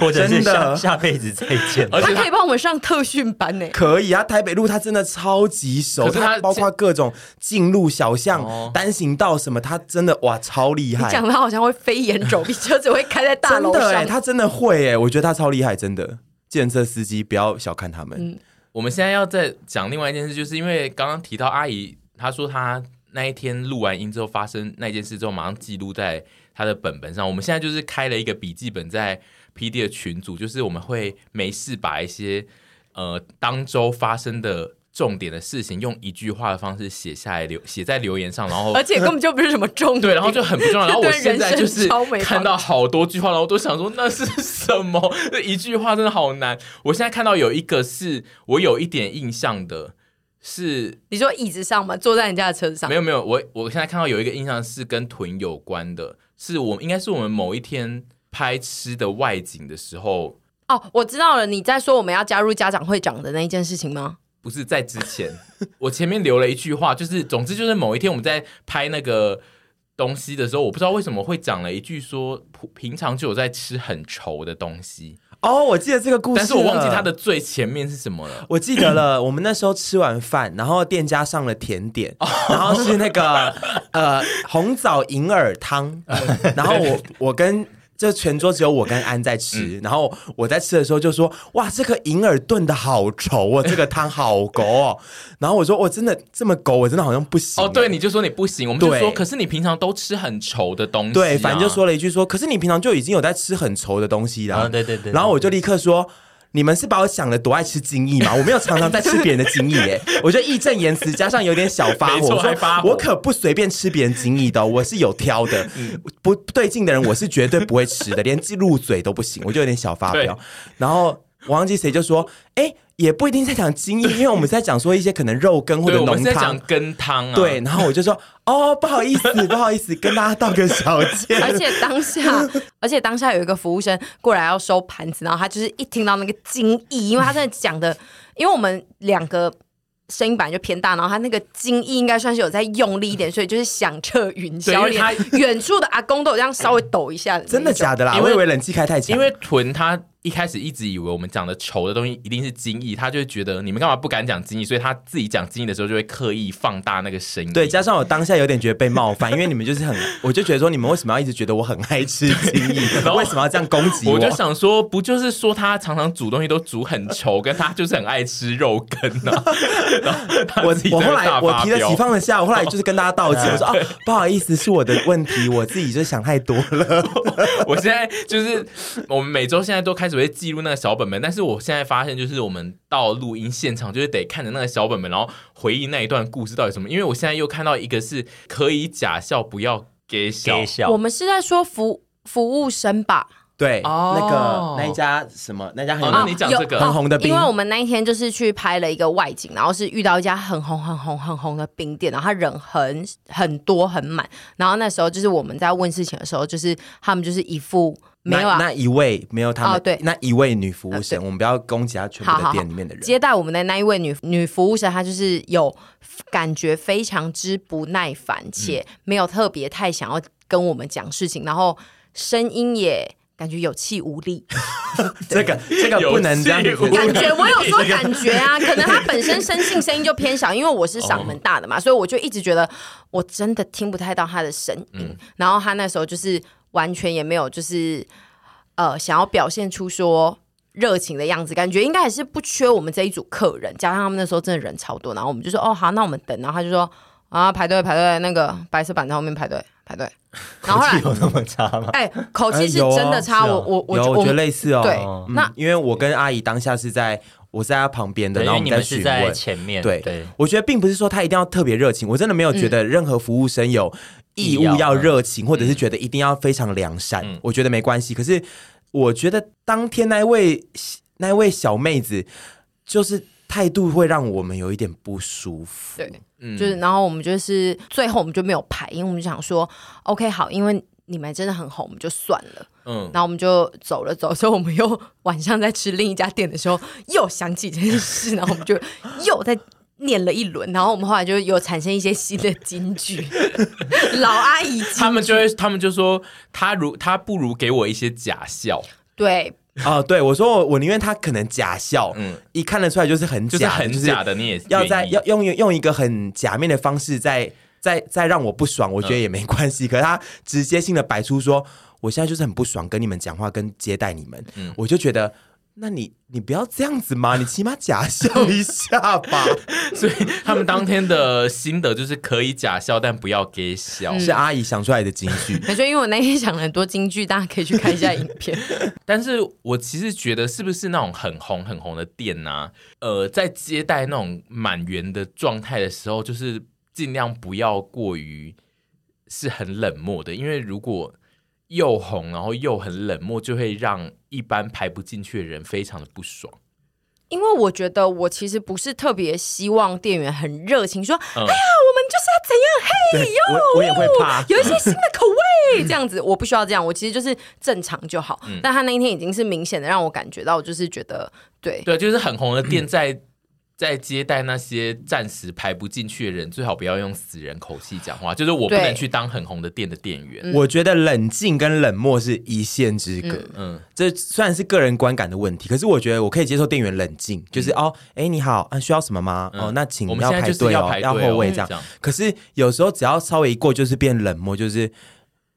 Speaker 4: 或者是
Speaker 2: 真的
Speaker 4: 下下辈子再见。
Speaker 3: 而
Speaker 1: 他可
Speaker 3: 且他
Speaker 1: 以帮我们上特训班呢，
Speaker 2: 可以啊。台北路他真的超级熟，
Speaker 3: 可是他
Speaker 2: 包括各种近路小巷、
Speaker 3: 哦
Speaker 2: 单行道什么，他真的哇超厉
Speaker 1: 你
Speaker 2: 害。
Speaker 1: 讲的好像会飞檐走壁，车子会开在大
Speaker 2: 真
Speaker 1: 楼
Speaker 2: 的哎、
Speaker 1: 上。
Speaker 2: 他真的会哎、我觉得他超厉害，真的。建设司机不要小看他
Speaker 1: 嗯
Speaker 2: 们，
Speaker 3: 我们现在要再讲另外一件事，就是因为刚刚提到阿姨，她说她那一天录完音之后发生那件事之后，马上记录在她的本本上。我们现在就是开了一个笔记本在 P D 的群组，就是我们会没事把一些呃当周发生的。重点的事情用一句话的方式写下来留写在留言上，然后
Speaker 1: 而且根本就不是什么重点，
Speaker 3: 对，然后就很不重要。然后我现在就
Speaker 1: 对人
Speaker 3: 是
Speaker 1: 生超没帮助
Speaker 3: 看到好多句话，然后我都想说那是什么？这一句话真的好难。我现在看到有一个是我有一点印象的，是
Speaker 1: 你说椅子上嘛，坐在人家的车子上
Speaker 3: 没，有没有，我我现在看到有一个印象是跟臀有关的，是我应该是我们某一天拍吃的外景的时候，
Speaker 1: 哦，我知道了，你在说我们要加入家长会长的那一件事情 吗？
Speaker 3: 不是在之前，我前面留了一句话，就是总之就是某一天我们在拍那个东西的时候，我不知道为什么会讲了一句说普平常就有在吃很稠的东西。
Speaker 2: 哦，我记得这个故事，
Speaker 3: 但是我忘记它的。最前面是什么了。
Speaker 2: 我记得 了，我们那时候吃完饭，然后店家上了甜点，
Speaker 3: 哦
Speaker 2: 然后是那个呃红枣银耳 汤，然后我我跟就全桌只有我跟安在
Speaker 3: 嗯
Speaker 2: 吃，然后我在吃的时候就说哇，这个银耳炖的好稠哦，这个汤好勾哦，然后我说我真的这么勾，我真的好像不行
Speaker 3: 哦，
Speaker 2: 欸
Speaker 3: 对，你就说你不行，我们就
Speaker 2: 对
Speaker 3: 说，可是你平常都吃很稠的东西、啊，
Speaker 2: 对，反正就说了一句说，可是你平常就已经有在吃很稠的东西啦。
Speaker 4: 啊对对对对
Speaker 2: 然后我就立刻说。你们是把我想的多爱吃精益 吗？我没有常常在吃别人的精益耶、我就义正言辞加上有点小发
Speaker 3: 没
Speaker 2: 火，
Speaker 3: 错
Speaker 2: 我
Speaker 3: 还
Speaker 2: 说
Speaker 3: 发火
Speaker 2: 我可不随便吃别人精益的哦、我是有挑的，
Speaker 3: 嗯
Speaker 2: 不不对劲的人我是绝对不会吃的，连入嘴都不行，我就有点小发
Speaker 3: 对
Speaker 2: 飙。然后我忘记谁就说，哎、也不一定在讲精益，因为我们在讲说一些可能肉羹或
Speaker 3: 对，
Speaker 2: 者
Speaker 3: 我们
Speaker 2: 浓
Speaker 3: 是在
Speaker 2: 汤
Speaker 3: 讲。羹汤啊，
Speaker 2: 对，，然后我就说，哦，不好意思，不好意思，跟大家道个 小歉。
Speaker 1: 而且当下，而且当下有一个服务生过来要收盘子，然后他就是一听到那个惊异，因为他真的讲的，因为我们两个声音本来就偏大，然后他那个惊异应该算是有在用力一点，所以就是响彻云
Speaker 3: 对因
Speaker 1: 霄，
Speaker 3: 为他
Speaker 1: 连远处的阿公都有这样稍微抖一下，
Speaker 2: 真的假
Speaker 1: 的
Speaker 2: 的啦？
Speaker 3: 因
Speaker 2: 我
Speaker 3: 为
Speaker 2: 以为冷气开太强，
Speaker 3: 因为臀它一开始一直以为我们讲的丑的东西一定是精益，他就会觉得你们干嘛不敢讲精益，所以他自己讲精益的时候就会刻意放大那个声音。
Speaker 2: 对，加上我当下有点觉得被冒犯，因为你们就是很，我就觉得说你们为什么要一直觉得我很爱吃金翼，
Speaker 3: 后
Speaker 2: 为什么要这样攻击
Speaker 3: 我
Speaker 2: 我？
Speaker 3: 就想说，不就是说他常常煮东西都煮很稠，跟他就是很爱吃肉羹呢、啊？然后他
Speaker 2: 我
Speaker 3: 自己
Speaker 2: 我
Speaker 3: 在
Speaker 2: 后
Speaker 3: 那大
Speaker 2: 来我
Speaker 3: 发
Speaker 2: 提得
Speaker 3: 飙
Speaker 2: 起放得下，我后来就是跟大家道歉，我说啊不好意思是我的问题，我自己就想太多了。
Speaker 3: 我现在就是我们每周现在都开始会记录那个小本本，但是我现在发现就是我们到录音现场就是得看着那个小本本，然后回忆那一段故事到底什么。因为我现在又看到一个是可以假笑不要给笑
Speaker 4: 给，笑
Speaker 1: 我。们是在说服服务生吧？
Speaker 2: 对，
Speaker 3: 哦
Speaker 2: 那个那一家什么那家啊很有哦
Speaker 3: 哦
Speaker 2: 名
Speaker 3: 那你讲这个
Speaker 2: 很红的冰
Speaker 1: 因为我们那一天就是去拍了一个外景，然后是遇到一家很红、很红、很红的冰店，然后他人很很多、很满。然后那时候就是我们在问事情的时候，就是他们就是一副
Speaker 2: 那
Speaker 1: 没有啊，
Speaker 2: 那一位没有他们
Speaker 1: 哦对
Speaker 2: 那一位女服务
Speaker 1: 呃
Speaker 2: 生，我们不要攻击她全
Speaker 1: 好
Speaker 2: 部
Speaker 1: 好好
Speaker 2: 的店里面的人。
Speaker 1: 接待我们的那一位女女服务生，她就是有感觉非常之不耐烦，且没有特别太想要跟我们讲事情，然后声音也感觉有气无力。
Speaker 2: 这个这个不能这样
Speaker 3: 有气无力
Speaker 2: 子。
Speaker 1: 感觉我有说感觉啊，可能他本身生性声音就偏小，因为我是嗓门大的嘛，所以我就一直觉得我真的听不太到他的声音。然后他那时候就是完全也没有就是呃想要表现出说。热情的样子，感觉应该也是不缺我们这一组客人，加上他们那时候真的人超多，然后我们就说哦好，那我们等，然后他就说啊排队排队，那个白色板在后面排队排队，然后后
Speaker 4: 口气
Speaker 1: 来
Speaker 4: 有那么差吗？
Speaker 1: 哎、口气是
Speaker 2: 哎有哦
Speaker 1: 真的差，
Speaker 4: 是哦
Speaker 1: 我 我我
Speaker 2: 有，我觉得类似哦。
Speaker 1: 对
Speaker 4: 哦
Speaker 2: 嗯
Speaker 1: 那
Speaker 2: 因为我跟阿姨当下是在，我是在她旁边的，
Speaker 4: 对，
Speaker 2: 然
Speaker 4: 因
Speaker 2: 后我
Speaker 4: 为你
Speaker 2: 在
Speaker 4: 们是
Speaker 2: 询
Speaker 4: 在
Speaker 2: 问。
Speaker 4: 前面，
Speaker 2: 对
Speaker 4: 对，
Speaker 2: 我觉得并不是说她一定要特别热情，我真的没有觉得任何服务生有义务要热情，或者是觉得一定要非常良善
Speaker 3: 嗯，
Speaker 2: 我觉得没关系。可是我觉得当天那一位那一位小妹子，就是态度会让我们有一点不舒服。
Speaker 1: 对。
Speaker 3: 嗯
Speaker 1: 就是，然后我们就是最后我们就没有排，因为我们就想说，OK，好，因为你们真的很红，我们就算了。
Speaker 3: 嗯，
Speaker 1: 然后我们就走了走，所以我们又 晚上在吃另一家店的时候，又想起这件事，然后我 们就又在念了一轮，然后我们后来就有产生一些新的金句， 老阿姨金
Speaker 3: 他们就会他们就说他如他不如给我一些假笑，
Speaker 1: 对。
Speaker 2: 哦，对，我说我我宁愿她可能假笑，
Speaker 3: 嗯
Speaker 2: 嗯，一看得出来就是很
Speaker 3: 就是
Speaker 2: 假的，
Speaker 3: 很假的，你也
Speaker 2: 要
Speaker 3: 愿
Speaker 2: 在
Speaker 3: 意
Speaker 2: 要用用一个很假面的方式在在在让我不爽，我觉得
Speaker 3: 嗯
Speaker 2: 也没关系。可是他直接性的摆出说，我现在就是很不爽跟你们讲话，跟接待你们，
Speaker 3: 嗯
Speaker 2: 我就觉得。那你你不要这样子嘛，你起码假 笑一下吧。
Speaker 3: 所以他们当天的心得就是可以假笑，但不要给笑。
Speaker 2: 是阿姨想出来的金句，
Speaker 1: 那就因为我那天想了很多金句，大家可以去看一下影片。
Speaker 3: 但是我其实觉得，是不是那种很红很红的店呐、呃，在接待那种满员的状态的时候，就是尽量不要过于是很冷漠的，因为如果又红然后又很冷漠，就会让一般排不进去的人非常的不爽。
Speaker 1: 因为我觉得我其实不是特别希望店员很热情，说、
Speaker 3: 嗯
Speaker 1: 哎呀，我们就是要怎样，嘿
Speaker 2: 对我我也会
Speaker 4: 哦
Speaker 2: 怕。
Speaker 1: 有一些新的口味，这样子我不需要这样，我其实就是正常就好。但他那一天已经是明显的让我感觉到，就是觉得对，
Speaker 3: 对，啊就是很红的店在。 在接待那些暂时排不进去的人，最好不要用死人口气讲话。就是我不
Speaker 1: 对
Speaker 3: 能去当很红的店的店员。
Speaker 2: 我觉得冷静跟冷漠是一线之隔。
Speaker 3: 嗯
Speaker 2: 这虽然是个人观感的问题，可是我觉得我可以接受店员冷静，就是、哦，哎，你好，啊，需要什么吗？
Speaker 3: 嗯
Speaker 2: 哦，那请
Speaker 3: 我们
Speaker 2: 要
Speaker 3: 现在
Speaker 2: 排
Speaker 3: 就是
Speaker 2: 队
Speaker 3: 要
Speaker 2: 哦，
Speaker 3: 排队
Speaker 2: 要
Speaker 3: 哦
Speaker 2: 后位
Speaker 3: 嗯
Speaker 2: 这样
Speaker 3: 这样。
Speaker 2: 可是有时候只要稍微一过，就是变冷漠，就是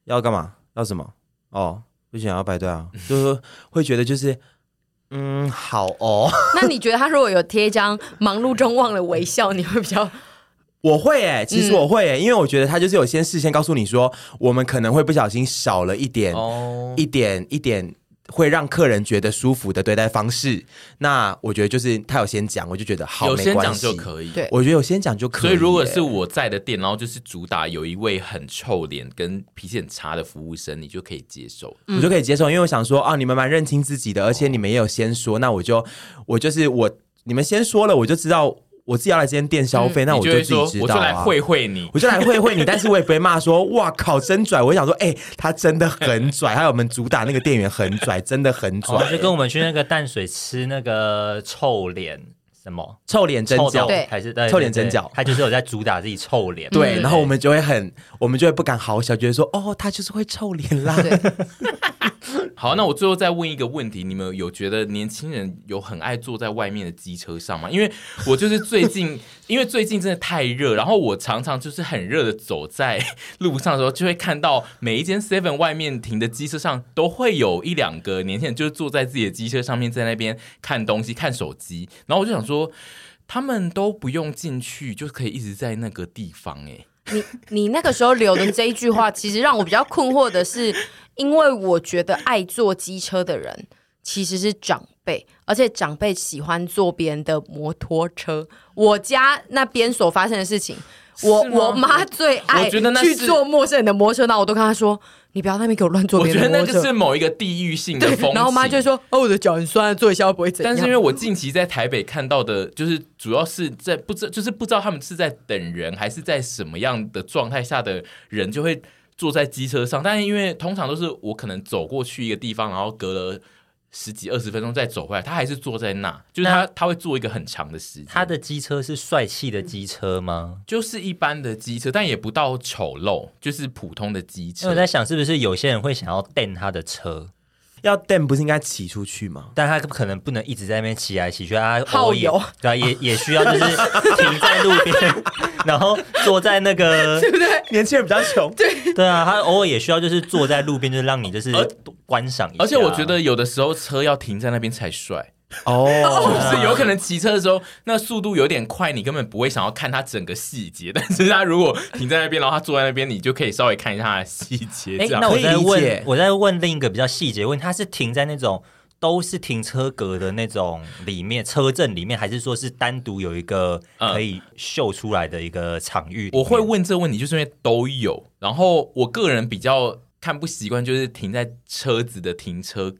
Speaker 2: 要干嘛？要什么？哦，不想要排队 啊，就是说会觉得就是。嗯，好 哦，
Speaker 1: 那你觉得他如果有贴一张忙碌中忘了微笑，你会比较
Speaker 2: 我会诶、
Speaker 3: 嗯
Speaker 2: 其实我会诶、欸因为我觉得他就是有先事先告诉你说，我们可能会不小心少了一点
Speaker 3: 哦
Speaker 2: 一点一点会让客人觉得舒服的对待方式。那我觉得就是他有先讲，我就觉得好，
Speaker 3: 有
Speaker 2: 没
Speaker 3: 先
Speaker 2: 关
Speaker 3: 讲
Speaker 2: 系
Speaker 3: 就可以。
Speaker 1: 对
Speaker 2: 我觉得有先讲就可
Speaker 3: 所
Speaker 2: 以
Speaker 3: 以
Speaker 2: 耶。
Speaker 3: 如果是我在的店，然后就是主打有一位很臭脸跟脾气很差的服务生，你就可以接受。
Speaker 2: 我就可以接受，因为我想说啊，你们蛮认清自己的，而且你们也有先说，那我就我就是我，你们先说了，我就知道我自己要来这间店消费，那
Speaker 3: 嗯你
Speaker 2: 我
Speaker 3: 就
Speaker 2: 自
Speaker 3: 会
Speaker 2: 己
Speaker 3: 说，
Speaker 2: 知
Speaker 3: 我
Speaker 2: 道、
Speaker 3: 就
Speaker 2: 啊、
Speaker 3: 来会会你。
Speaker 2: 我就来会会你，但是我也不会骂说哇靠真拽，我就想说哎、他真的很拽，还有我们主打那个店员很拽，真的很拽
Speaker 4: 哦，就跟我们去那个淡水吃那个臭脸，什么
Speaker 2: 臭脸真
Speaker 4: 臭
Speaker 2: 脚
Speaker 4: 豆，
Speaker 1: 对
Speaker 4: 还是对
Speaker 2: 臭脸
Speaker 4: 对对
Speaker 2: 针脚
Speaker 4: 他就是有在主打自己臭脸。
Speaker 2: 对，然后我们就会很，我们就会不敢好小，觉得说哦，他就是会臭脸啦。
Speaker 1: 对，
Speaker 3: 好，那我最后再问一个问题：你们有觉得年轻人有很爱坐在外面的机车上吗？因为我就是最近，因为最近真的太热，然后我常常就是很热的走在路上的时候，就会看到每一间 Seven 外面停的机车上都会有一两个年轻人，就是坐在自己的机车上面，在那边看东西、看手机。然后我就想说，他们都不用进去，就可以一直在那个地方、欸。
Speaker 1: 你你那个时候留的这一句话，其实让我比较困惑的是，因为我觉得爱坐机车的人其实是长辈，而且长辈喜欢坐别人的摩托车。我家那边所发生的事情，我
Speaker 3: 是吗哦
Speaker 1: 我妈最爱
Speaker 3: 我觉得那是
Speaker 1: 去坐陌生人的摩托车，那我都跟她说：“你不要在那边给我乱坐
Speaker 3: 我
Speaker 1: 别
Speaker 3: 觉
Speaker 1: 人
Speaker 3: 得
Speaker 1: 的摩
Speaker 3: 那
Speaker 1: 托
Speaker 3: 个
Speaker 1: 车
Speaker 3: 是。某一个地域性的
Speaker 1: 对
Speaker 3: 风”情。
Speaker 1: 然后我妈就说：“哦，我的脚很酸，坐一下又不会怎样。”
Speaker 3: 但是因为我近期在台北看到的，就是主要是在不知，就是不知道他们是在等人，还是在什么样的状态下的人就会坐在机车上。但是因为通常都是我可能走过去一个地方，然后隔了十几二十分钟再走回来，他还是坐在那，就是他他会坐一个很长的时间。
Speaker 4: 他的机车是帅气的机车吗？
Speaker 3: 就是一般的机车，但也不到丑陋，就是普通的机
Speaker 4: 因为
Speaker 3: 车
Speaker 4: 我。在想，是不是有些人会想要蹬他的车，
Speaker 2: 要 Dan 不是应该骑出去吗？
Speaker 4: 但他可能不能一直在那边骑来骑去，他
Speaker 1: 耗油
Speaker 4: 偶尔也，对啊，也也需要就是停在路边， 然后坐在 那个，
Speaker 2: 年轻人比较穷，
Speaker 4: 对啊，他偶尔也需要就是坐在路边，就是让你就是观赏一下。
Speaker 3: 而且我觉得有的时候车要停在那边才帅，
Speaker 2: 哦，
Speaker 3: 就是有可能骑车的时候，那速度有点快，你根本不会想要看它整个细节。但是它如果停在那边，然后它坐在那边，你就可以稍微看一下它的细节。
Speaker 4: 哎
Speaker 3: 这，样
Speaker 4: 那我再
Speaker 2: 可以理解。
Speaker 4: 问，我再问另一个比较细节的问，他是停在那种都是停车格的那种里面车阵里面，还是说是单独有一个
Speaker 3: 嗯
Speaker 4: 可以秀出来的一个场域里面？
Speaker 3: 我会问这个问题，就是因为都有。然后我个人比较看不习惯，就是停在车子的停车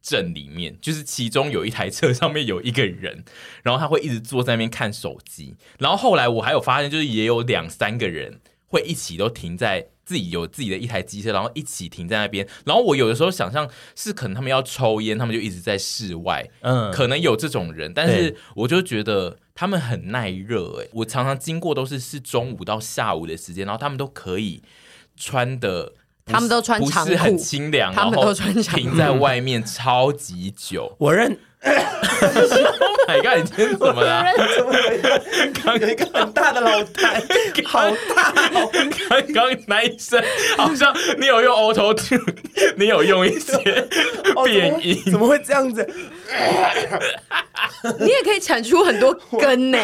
Speaker 3: 阵里面，就是其中有一台车上面有一个人，然后他会一直坐在那边看手机。然后后来我还有发现，就是也有两三个人会一起都停在。自己有自己的一台机车，然后一起停在那边。然后我有的时候想象是可能他们要抽烟，他们就一直在室外，
Speaker 4: 嗯
Speaker 3: 可能有这种人，但是
Speaker 4: 对
Speaker 3: 我就觉得他们很耐热哎、我常常经过都是是中午到下午的时间，然后他们都可以穿的。
Speaker 1: 他们都穿长
Speaker 3: 不是很
Speaker 1: 裤
Speaker 3: 清凉，
Speaker 1: 他们都
Speaker 3: 然后
Speaker 1: 穿长裤
Speaker 3: 停在外面超级久
Speaker 2: 我认
Speaker 3: 海盖，你今天怎么了？
Speaker 2: 有一个很大的老 太，好大哦，
Speaker 3: 刚刚那一声好像你有用 Auto Tune，你有用一些变音，
Speaker 2: 哦怎么会这样子？
Speaker 1: 你也可以产出很多 根呢、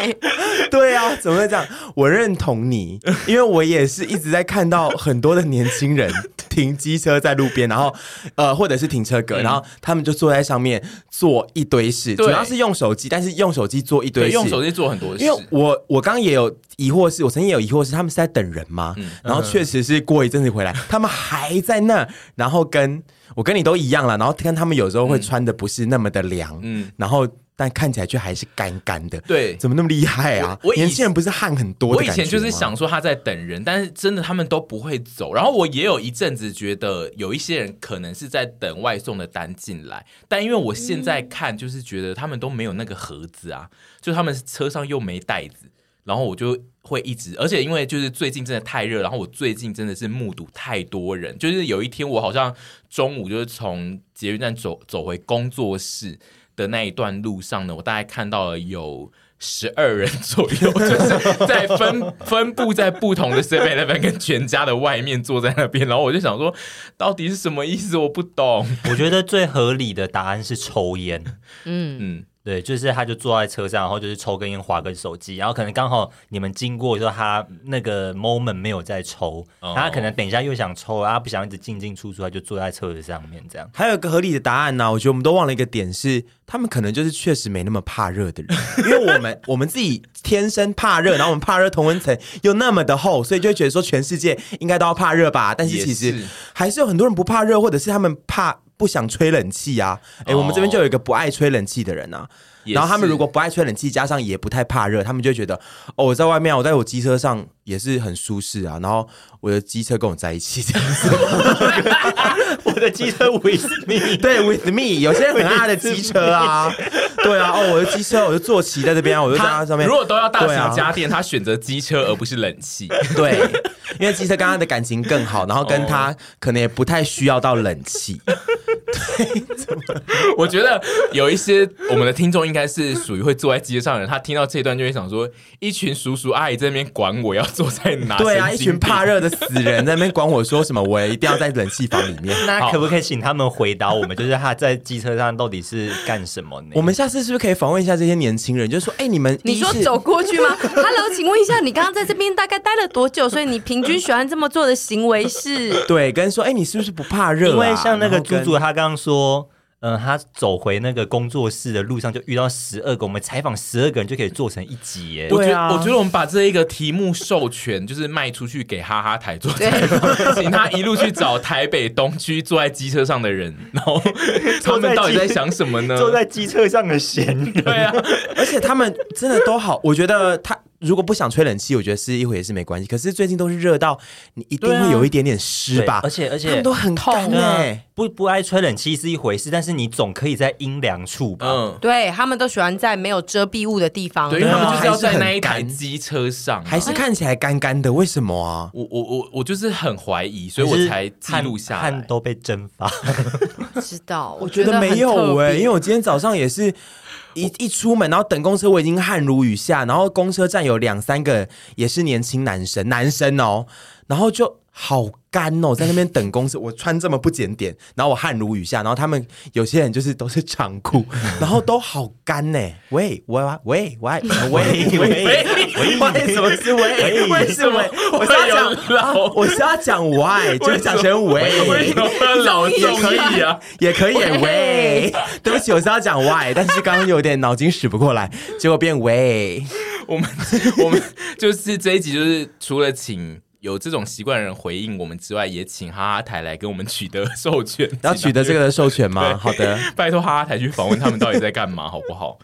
Speaker 2: 对啊，怎么会这样？我认同你，因为我也是一直在看到很多的年轻人停机车在路边，然后呃，或者是停车
Speaker 3: 嗯
Speaker 2: 格，然后他们就坐在上面做一堆事，
Speaker 3: 对
Speaker 2: 主要是用手机，但是用手机做一堆
Speaker 3: 对，
Speaker 2: 事，
Speaker 3: 用手机做很多事
Speaker 2: 因。为我我刚刚也有疑惑是，我曾经也有疑惑是，他们是在等人吗？
Speaker 3: 嗯
Speaker 2: 然后确实是过一阵子回来，他们还在那儿，然后跟我跟你都一样了，然后跟他们有时候会穿的不是那么的凉，
Speaker 3: 嗯
Speaker 2: 然后但看起来却还是干干的，
Speaker 3: 对
Speaker 2: 怎么那么厉害啊？
Speaker 3: 我我以
Speaker 2: 年轻人不是汗很多的
Speaker 3: 我以
Speaker 2: 感觉吗
Speaker 3: 前就是想说他在等人，但是真的他们都不会走。然后我也有一阵子觉得有一些人可能是在等外送的单进来，但因为我现在看就是觉得他们都没有那个盒子啊，就他们车上又没袋子，然后我就。会一直，而且因为就是最近真的太热，然后我最近真的是目睹太多人，就是有一天我好像中午就是从捷运站走走回工作室的那一段路上呢，我大概看到了有十二人左右， 就是在分 分布在不同的 Seven Eleven 跟全家的外面坐在那边，然后我就想说，到底是什么意思？我不懂。
Speaker 4: 我觉得最合理的答案是抽烟，
Speaker 1: 嗯，
Speaker 3: 嗯，
Speaker 4: 对，就是他就坐在车上，然后就是抽根烟、划根手机，然后可能刚好你们经过的时候，他那个 moment 没有在抽，
Speaker 3: 哦
Speaker 4: 他可能等一下又想抽，他不想一直进进出出，他就坐在车子上面这样。
Speaker 2: 还有一个合理的答案呢、我觉得我们都忘了一个点是，他们可能就是确实没那么怕热的 人，因为我们我们自己天生怕热，然后我们怕热同温层又那么的厚，所以就会觉得说全世界应该都要怕热吧。但是其
Speaker 3: 也
Speaker 2: 实
Speaker 3: 是
Speaker 2: 还是有很多人不怕热，或者是他们怕不想吹冷气啊。哎、
Speaker 3: 哦
Speaker 2: 我们这边就有一个不爱吹冷气的人啊。
Speaker 3: 也
Speaker 2: 然后他们
Speaker 3: 是
Speaker 2: 如果不爱吹冷气，加上也不太怕热，他们就会觉得哦，我在外面啊，我在我机车上 也是很舒适啊。然后我的机车跟我在一起，这样子，我的
Speaker 4: 的机车 with me，
Speaker 2: 对，with me，有些人很爱他的机车 啊，对啊，哦，我的机车，我就坐骑在这边啊，我就在
Speaker 3: 他
Speaker 2: 它上面
Speaker 3: 如。果都要大
Speaker 2: 对啊
Speaker 3: 型家电，他选择机车而不是冷气。
Speaker 2: 对，因为机车跟他的感情更好，然后跟
Speaker 3: 哦
Speaker 2: 他可能也不太需要到冷气。
Speaker 3: 我觉得有一些我们的听众应该是属于会坐在街上的人，他听到这一段就会想说：一群叔叔阿姨在那边管我要坐在哪？
Speaker 2: 对啊，
Speaker 3: 神
Speaker 2: 一
Speaker 3: 经
Speaker 2: 群怕
Speaker 3: 病
Speaker 2: 热的死人在那边管我说什么，我一定要在冷气房里 面。
Speaker 4: 那可不可以请他们回答 我们，就是他在机车上到底是干什么呢？
Speaker 2: 我们下次是不是可以访问一下这些年轻人？就是说，哎、你们
Speaker 1: 你说
Speaker 2: 一是
Speaker 1: 走过去 吗？Hello，请问一下，你刚刚在这边大概待了多久？所以你平均喜欢这么做的行为是？
Speaker 2: 对，跟说，哎、你是不是不怕热、啊？
Speaker 4: 因为像那个
Speaker 2: 然后
Speaker 4: 猪
Speaker 2: 跟
Speaker 4: 猪，他刚刚说，嗯，他走回那个工作室的路上就遇到十二个，我们采访十二个人就可以做成一集耶。
Speaker 3: 我觉
Speaker 2: 对啊
Speaker 3: 我觉得我们把这一个题目授权，就是卖出去给哈哈台做采访，请他一路去找台北东区坐在机车上的人，然后他们到底在想什么呢？
Speaker 4: 坐在机车上的闲人，
Speaker 3: 对啊，
Speaker 2: 而且他们真的都好，我觉得他如果不想吹冷气，我觉得是一回也是没关系。可是最近都是热到你一定
Speaker 3: 对啊
Speaker 2: 会有一点点湿吧，
Speaker 4: 啊而且而且
Speaker 2: 他们都很干
Speaker 4: 对
Speaker 2: 哎、
Speaker 4: 啊不不爱吹冷气是一回事，但是你总可以在阴凉处吧？
Speaker 3: 嗯，
Speaker 1: 对他们都喜欢在没有遮蔽物的地方。
Speaker 3: 对，因为他们就是要在那
Speaker 2: 还
Speaker 3: 一台
Speaker 2: 是很干
Speaker 3: 机车上、啊，
Speaker 2: 还是看起来干干的，为什么啊？
Speaker 3: 我我我我就是很怀疑，所以我才记录下
Speaker 4: 汗
Speaker 3: 来
Speaker 4: 汗。都被蒸发。
Speaker 1: 啊知道，我
Speaker 2: 觉
Speaker 1: 觉得
Speaker 2: 没有
Speaker 1: 哎、
Speaker 2: 哎、因为我今天早上也是一一出门，然后等公车，我已经汗如雨下，然后公车站有两三个也是年轻男生，男生哦，然后就好干哦，在那边等公车，我穿这么不检点，然后我汗如雨下，然后他们有些人就是都是长裤，然后都好干呢、喂喂喂喂喂喂喂，什么是喂？为什么？我是要讲，啊我是要讲 why，就是讲成
Speaker 3: 为
Speaker 2: 喂
Speaker 3: 什。么 老中医啊？
Speaker 2: 也可以喂，对不起，我是要讲 why，但是刚刚有点脑筋使不过来，结果变喂。
Speaker 3: 我们 我们就是这一集，就是除了请有这种习惯的人回应我们之外，也请哈哈台来跟我们取得授权，
Speaker 2: 要取得这个授权吗？好的，
Speaker 3: 拜托哈哈台去访问他们到底在干嘛，好不好？